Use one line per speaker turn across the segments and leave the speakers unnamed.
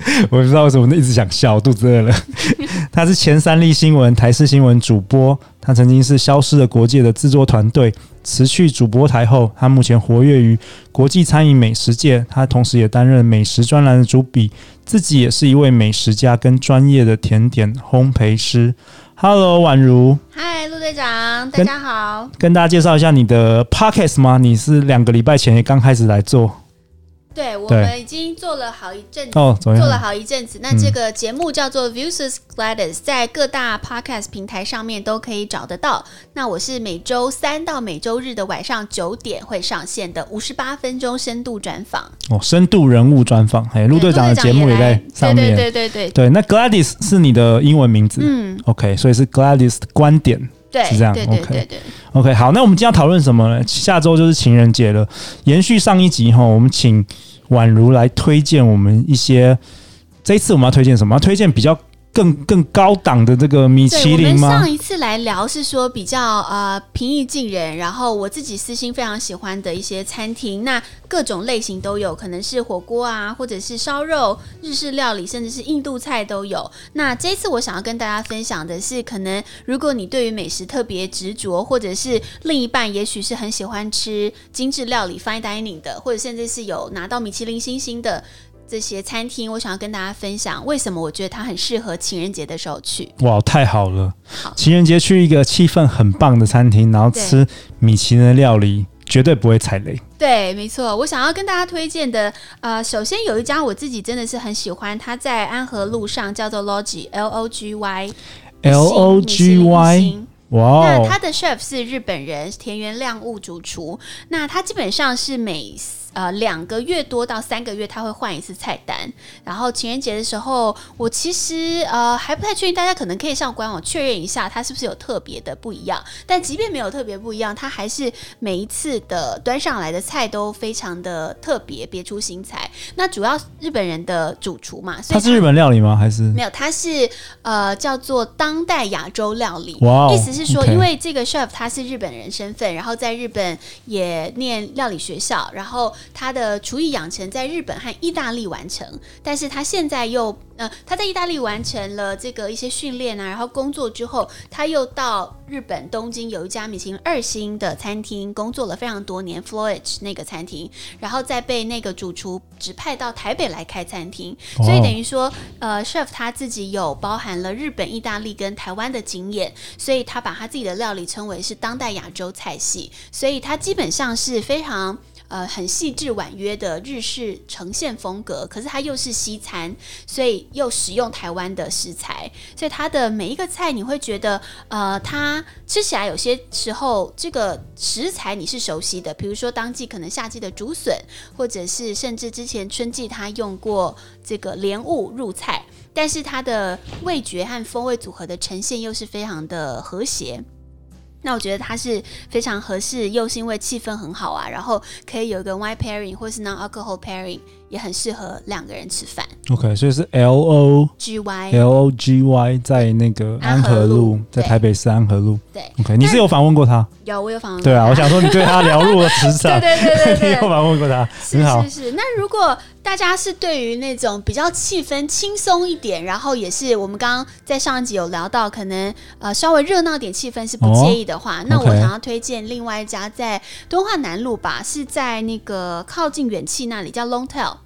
我不知道为什么一直想笑，我肚子饿 了。他是前三立新闻、台视新闻主播，他曾经是《消失的国界》的制作团队。辞去主播台后，他目前活跃于国际餐饮美食界，他同时也担任美食专栏的主笔，自己也是一位美食家跟专业的甜点烘焙师。Hello，宛如，
嗨，陆队长，大
跟
家好。
跟大家介绍一下你的 Podcast 吗？你是两个礼拜前也刚开始来做
对，我
对
们已经做了好一阵子。
哦，嗯怎么
做了
样？
好一阵子，那这个节目叫做 Views Gladys，在各大 podcast 平台上面都可以找得到。那我是每周三到每周日的晚上九点会上线的五十八分钟深度专访，
哦，深度人物专访，嘿，陆队长的节目也
来
在上面。
对对对对
对，那 Gladys 是你的英文名字、
嗯，
o k 所以是 Gladys 的观点。
对，
是这样
对对
OK
对对，
OK，好，那我们今天要讨论什么呢？下周就是情人节了，延续上一集哈，我们请宛如来推荐我们一些，这一次我们要推荐什么？要推荐比较更更高档的这个米
对，
其林
哎我们
吗？
上一次来聊是说比较呃平易近人，然后我自己私心非常喜欢的一些餐厅，那各种类型都有，可能是火锅啊，或者是烧肉、日式料理，甚至是印度菜都有。那这次我想要跟大家分享的啊是，可能如果你对于美食特别执着，或者是另一半也许是很喜欢吃精致料理 （fine dining） 的，或者甚至是有拿到米其林星星的。这些餐厅，我想要跟大家分享为什么我觉得它很适合情人节的时候去。
哇，太好了
好！
情人节去一个气氛很棒的餐厅，然后
对
吃米其林的料理，绝对不会踩雷。
对，没错，我想要跟大家推荐的，呃，首先有一家我自己真的是很喜欢，它在安和路上叫做 Logy L O G Y
L O G Y，。哇
那
哦
他，的 chef 是日本人田园亮悟主厨，那他基本上是每呃两个月多到三个月他会换一次菜单。然后情人节的时候，我其实呃还不太确定，大家可能可以上官网确认一下，他是不是有特别的不一样。但即便没有特别不一样，他还是每一次的端上来的菜都非常的特别，别出心裁。那主要日本人的主厨嘛，所
它
以
是日本料理吗？还是
没有，它是呃叫做当代亚洲料理。
哇哦
意思是说
OK
因为这个 chef 他是日本人身份，然后在日本也念料理学校，然后他的厨艺养成在日本和意大利完成，但是他现在又呃他在意大利完成了这个一些训练啊，然后工作之后，他又到日本东京有一家米其林二星的餐厅工作了非常多年 f l o e g e 那个餐厅，然后再被那个主厨指派到台北来开餐厅，所以
哦
等于说，呃，chef 他自己有包含了日本、意大利跟台湾的经验，所以他把他自己的料理称为是当代亚洲菜系，所以他基本上是非常。呃，很细致婉约的日式呈现风格，可是它又是西餐，所以又使用台湾的食材，所以它的每一个菜你会觉得，呃，它吃起来有些时候这个食材你是熟悉的，比如说当季可能夏季的竹笋，或者是甚至之前春季他用过这个莲雾入菜，但是它的味觉和风味组合的呈现又是非常的和谐。那我觉得它是非常合适，又是因为气氛很好啊，然后可以有一个 wine pairing 或是 non alcohol pairing，也很适合两个人吃饭。
OK？所以是 L O
G Y
L O G Y 在那个安
安和
和路
路，
在
对
台北市安和路。
对
OK，你是有访问过他？
有我有访问
对啊，
过
我
他
想说你对他了入了指掌，
嗯 对对 对
你
对
有
对。
访问过他，
是
很好
是。是，那如果大家是对于那种比较气氛轻松一点，然后也是我们刚刚在上一集有聊到，可能呃稍微热闹点气氛是不介意的话，那我
哦 OK
想要推荐另外一家在敦化南路吧，是在那个靠近远气那里，叫 Longtail，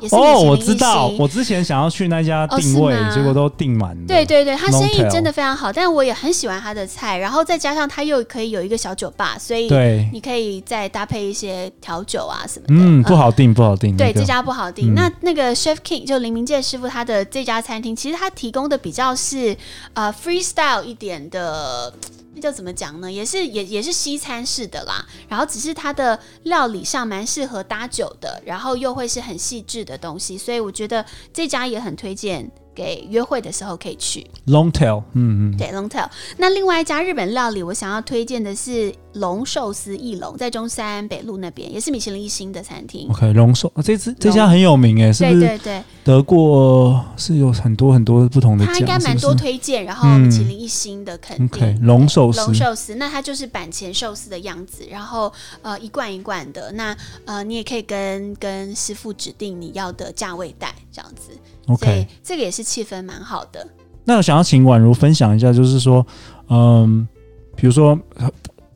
也是米其
哦，
林
我
一
知道，
星
我之前想要去那家
哦
定位
是，吗
结果都订满了。
对，对对，他生意
Longtail
真的非常好，但我也很喜欢他的菜，然后再加上他又可以有一个小酒吧，所以
对
你可以再搭配一些调酒啊什么的。
嗯，不好订，不好订。
对，
那个
这家不好订。
嗯
那那个 Chef King 就林明介师傅他的这家餐厅，其实他提供的比较是呃 freestyle 一点的。那叫怎么讲呢？也是也也是西餐式的啦，然后只是它的料理上蛮适合搭酒的，然后又会是很细致的东西，所以我觉得这家也很推荐给约会的时候可以去。
Long tail，嗯嗯，
对，long tail。那另外一家日本料理，我想要推荐的是龙寿司一龙，在中山北路那边，也是米其林一星的餐厅。
OK，龙寿、啊、这次这家很有名诶，是
对
不是
对对，
得过是有很多很多不同的
它
奖？
应该蛮
是
多
不是
推荐，然后米其林一星的肯定。
OK，龙寿司
龙寿司，那它就是板前寿司的样子，然后呃一罐一罐的，那呃你也可以跟跟师傅指定你要的价位带这样子，所以
OK。
这个也是气氛蛮好的。
那我想要请宛如分享一下，就是说，嗯，比如说，呃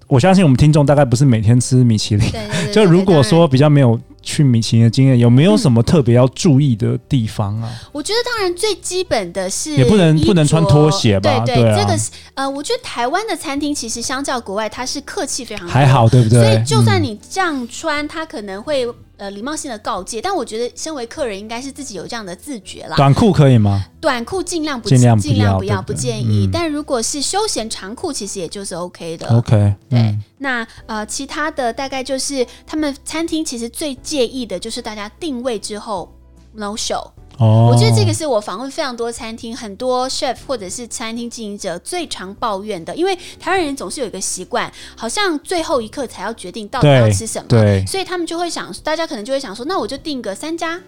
我相信我们听众大概不是每天吃米其林，
对对对 对
就如果
当
说
然
比较没有去米其林的经验，有没有什么特别要注意的地方啊？
我觉得当然最基本的是
也不能
衣着
不能穿拖鞋吧
对
对啊
这个是呃，我觉得台湾的餐厅其实相较国外它是客气非常多
还。好，对不对？
所以，就算
嗯、
你这样穿，它可能会呃礼貌性的告诫，但我觉得身为客人应该是自己有这样的自觉啦。
嗯短裤可以吗？
短裤尽量不
尽量不
尽量
要
不要
对不
不
对
建议，
嗯
但如果是休闲长裤，其实也就是 OK 的。
OK，
呃对，
嗯
那呃，其他的大概就是他们餐厅其实最介意的就是大家定位之后 no show，、
哦，
我觉得这个是我访问非常多餐厅，很多 chef 或者是餐厅经营者最常抱怨的，因为台湾人总是有一个习惯，好像最后一刻才要决定到底
对
要吃什么，
对
所以他们就会想，大家可能就会想说，那我就定个三家。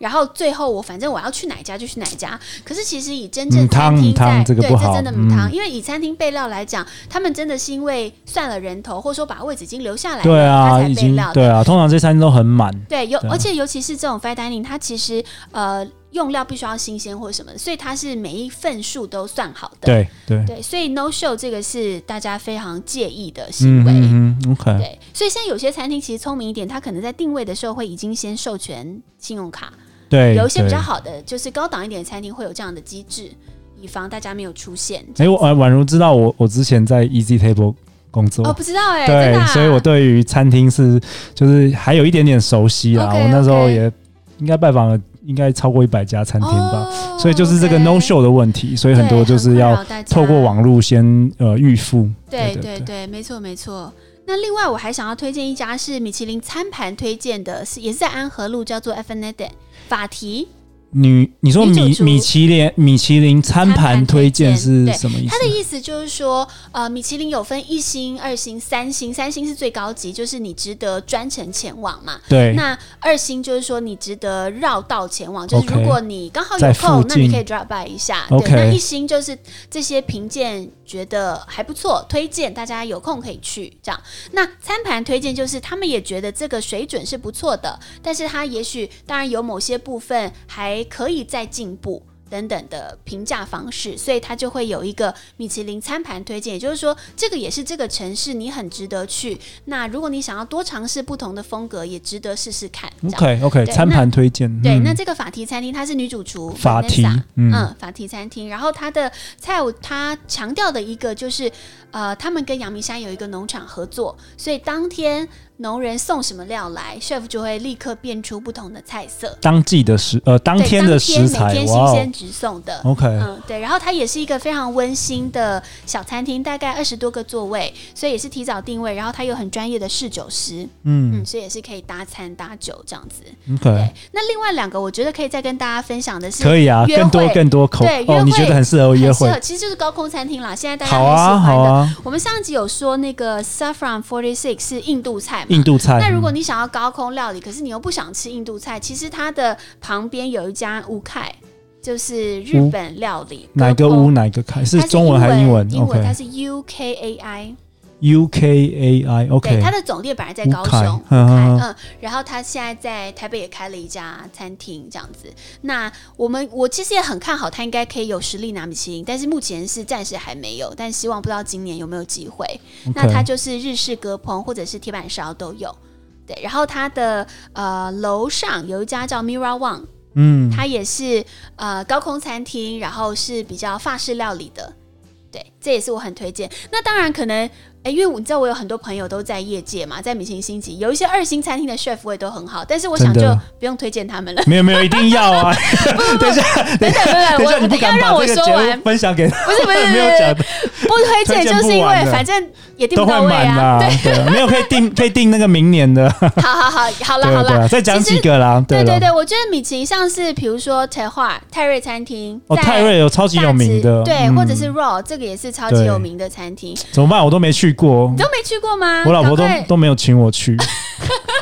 然后最后我反正我要去哪一家就去哪一家，可是其实以真正
嗯汤
餐厅
嗯汤
在
这个
对
不好
真的母汤，
嗯
因为以餐厅备料来讲，他们真的是因为算了人头，或者说把位置已经留下来了，
对
他
啊，
才
已
备
经
料。
对啊，通常这餐都很满。
对，尤
对啊
而且尤其是这种 fine dining，它其实呃用料必须要新鲜或什么的，所以它是每一份数都算好的。
对对，嗯
对，所以 no show 这个是大家非常介意的
嗯
行为。
嗯嗯，OK，
对，所以现在有些餐厅其实聪明一点，它可能在定位的时候会已经先授权信用卡，
对，
有一些比较
对。
好的，就是高档一点的餐厅会有这样的机制，以防大家没有出现。
哎、我宛宛如知道我我之前在 Easy Table 工作，
哦，不知道哎、真
对，
的啊、
所以我对于餐厅是就是还有一点点熟悉啦。
OK，
我那时候
OK
也应该拜访了应该超过一百家餐厅吧，
哦
所以就是这个
OK
no show 的问题，所以很
对
多就是
困
要
扰大家
透过网络先呃预付。
对
对
对对，没错没错。那另外我还想要推荐一家是米其林餐盘推荐的，是也是在安和路，叫做 f n e d e 法提。
女，你说
女主
米
厨
米其林米其林餐盘
餐盘推
推荐
荐
是
对
什么意思
它？的意思就是说，呃，米其林有分一星、二星、三星，三星是最高级，就是你值得专程前往嘛。
对，
那二星就是说你值得绕道前往，就是
OK
如果你刚好有
在
空
附，
那你
近
可以 drop by 一下。
OK
对，那一星就是这些评鉴觉得还不错，推荐大家有空可以去这样。那餐盘推荐就是他们也觉得这个水准是不错的，但是它也许当然有某些部分还可以再进步。等等的评价方式，所以它就会有一个米其林餐盘推荐，也就是说，这个也是这个城市你很值得去。那如果你想要多尝试不同的风格，也值得试试看。这样
OK OK
对
餐
那
盘推荐，
对，
嗯
那这个法提餐厅它是女主厨
法提
Vanessa，
嗯
嗯，法提餐厅。然后它的菜，我它强调的一个就是，呃，他们跟阳明山有一个农场合作，所以当天农人送什么料来，chef 就会立刻变出不同的菜色。
当季的食呃当
对，
天的食
每
材
天，新
哇
鲜
哦
直送的。
，OK，
嗯，对，然后它也是一个非常温馨的小餐厅，大概二十多个座位，所以也是提早定位。然后它有很专业的侍酒师，
嗯
嗯，所以也是可以搭餐搭酒这样子。
，OK，
对，那另外两个我觉得可以再跟大家分享的是，
可以啊，
约
更多
会
更多口
对约
哦，你觉
会
得很适合
很
约
适
会
合，，其实就是高空餐厅啦。现在大家
好
很喜
啊
欢
好
的。
啊，
我们上一集有说那个 saffron forty six 是印度菜嘛？
印度菜，
那如果
嗯
你想要高空料理，可是你又不想吃印度菜，其实它的旁边有一家乌凯，就是日
乌
本料理。
嗯哪个
隔空
屋哪个开是
它
中文还是
英
英
文？
文
英文它是 U K A I，
？OK，U K A I
对，
OK，
它的总店本来在高雄
乌凯，
乌凯
嗯
嗯，然后它现在在台北也开了一家餐厅，这样子。那我们我其实也很看好它，应该可以有实力拿米其林，但是目前是暂时还没有，但希望不知道今年有没有机会。那它
OK
就是日式隔烹或者是铁板烧都有。对，然后它的呃楼上有一家叫 Mira Wang，
嗯
它也是呃高空餐厅，然后是比较法式料理的，对，这也是我很推荐。那当然可能，诶，因为我你知道我有很多朋友都在业界嘛，在米其林星级，有一些二星餐厅的 chef 味都很好，但是我想
真
就
的。
不用推荐他们了
没有没有，一定要 啊！
等等等 等，
等一
我
下你不
要
敢
让
把
我
这个
说
节
完
目，分享给
不是不是不
没有
是
讲的，
不推荐，就是因为反正也
啊
订
都
到
会
位
满
啊。
啦，对，没有可以定可以定那个明年的，
好好好，好了
对
好
对啊，
了，
再讲
其实
几个啦，啊
对
啦
对对，我觉得米其像是比如说泰华泰瑞餐厅，
哦，
在
泰瑞有超级
大
有名
直
的，
对，
嗯
或者是 Raw，这个也是超级
对
有名的餐厅，你
怎么办？我都没去过，
都没去过吗？
我老婆都
嗯赶快
都没有请我 去，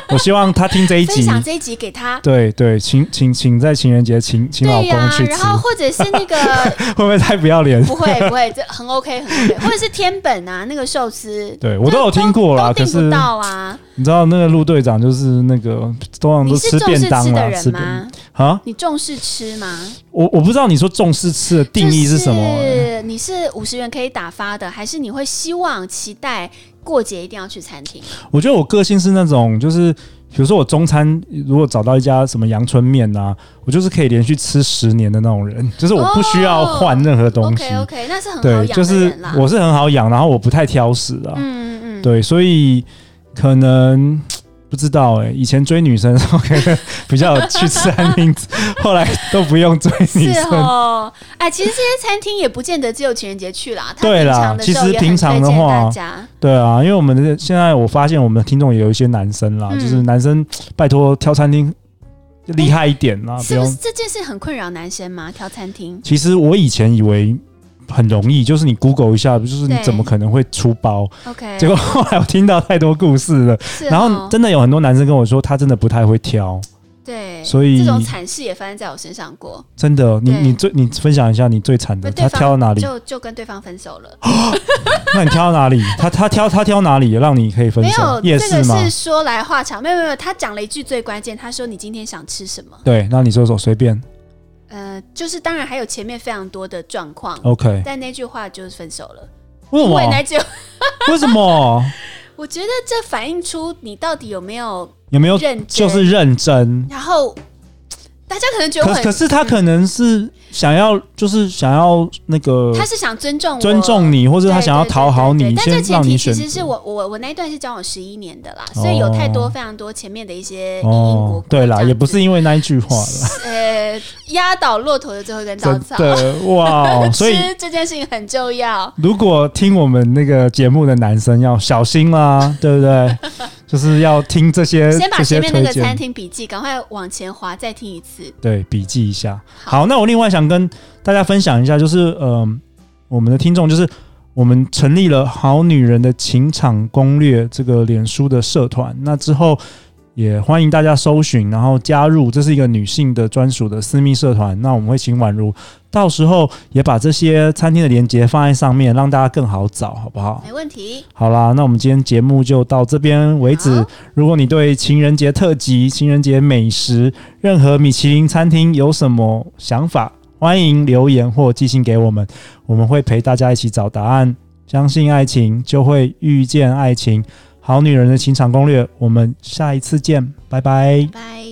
我希望她听这一
分
集，
享这一集给他。
对对，请请请在情人节请请老
对呀、
公去
然
吃，
后或者是那个
会 不会太不要脸？
不会不会，这很 OK 很 OK，或者是天本啊那个寿司，
对我都有
这
听过啦，可
都订
是
不到啊。
你知道那个陆队长就是那个通常都
你是
吃
重
便
视
当
吃的
啦，吃
人
便
吗？
啊，
你重视吃吗？
我我不知道你说重视吃的定义是什么、欸
就是你是五十元可以打发的，还是你会希望期待过节一定要去餐厅？啊
我觉得我个性是那种就是。比如说我中餐如果找到一家什么阳春面啊，我就是可以连续吃十年的那种人，就是我不需要
哦
换任何东西。
OK OK，那是很好
对，
养
就
的
是
人啦。
我是很好养，然后我不太挑食啊。
嗯 嗯嗯，
对，所以可能不知道哎、以前追女生的时候可 能比较有去吃餐厅，后来都不用追女
是
生。
哦，哎，其实这些餐厅也不见得只有情人节去啦，他
对啦
平常的
其
时候
实
也很
平常
推
的
荐
话
大家
对啊，因为我们的现在我发现我们的听众也有一些男生啦，
嗯
就是男生拜托挑餐厅厉害一点啦，不
哎是不是
用。
这件事很困扰男生吗？挑餐厅，
其实我以前以为。很容易，就是你 Google 一下，就是你
对
怎么可能会出包？
OK，
结果后来我听到太多故事了，
是
然后
哦
真的有很多男生跟我说，他真的不太会挑，
对，
所以
这种惨事也发生在我身上过，
真的。你
对
你最你分享一下你最惨的，
不对
他
方
挑到哪里？哦
就就跟对方分手了。
那你挑到 哪里？他他挑他挑哪里让你可以分
没
手
有，？
夜
这
市
个
吗？
是说来话长，没有没有，他讲了一句最关键，他说你今天想吃什么？
对，那你说说随便
呃，就是当然还有前面非常多的状况，
，OK？
但那句话就是分手了。
为什
因为
么？
那句，
为什么？
我觉得这反映出你到底有没有
有没有
认真，
就是认真？
然后大家可能觉得
可
我
可
很，
是他可能是想要，就是想要那个
他是想尊重我
尊重你，或者
对
他想要
对对
讨好
对
你，
对
先
但这前
让你
提其
选
实是
择。哦
我我我那一段是交往十一年的啦，所以有太多非常多前面的一些因因果果、
对啦，也不是因为那一句话了，
呃压倒骆驼的最后一根稻
真
草。
的哇哦！所以
吃这件事情很重要。
如果听我们那个节目的男生要小心 啦，对不对？就是要听这些
先
呃
把
这些
前面那
推
个餐
荐，
厅笔记赶快往前滑，再听一次。
对，笔记一下。
好
好，那我另外想跟大家分享一下，就是嗯、我们的听众就是我们成立了“好女人的情场攻略”这个脸书的社团，那之后。也欢迎大家搜寻，然后加入，这是一个女性的专属的私密社团。那我们会请宛如，到时候也把这些餐厅的链接放在上面，让大家更好找，好不好？
没问题。
好啦，那我们今天节目就到这边为止
好。
如果你对情人节特辑、情人节美食、任何米其林餐厅有什么想法，欢迎留言或寄信给我们，我们会陪大家一起找答案。相信爱情，就会遇见爱情。好女人的情场攻略，我们下一次见，拜拜。
拜。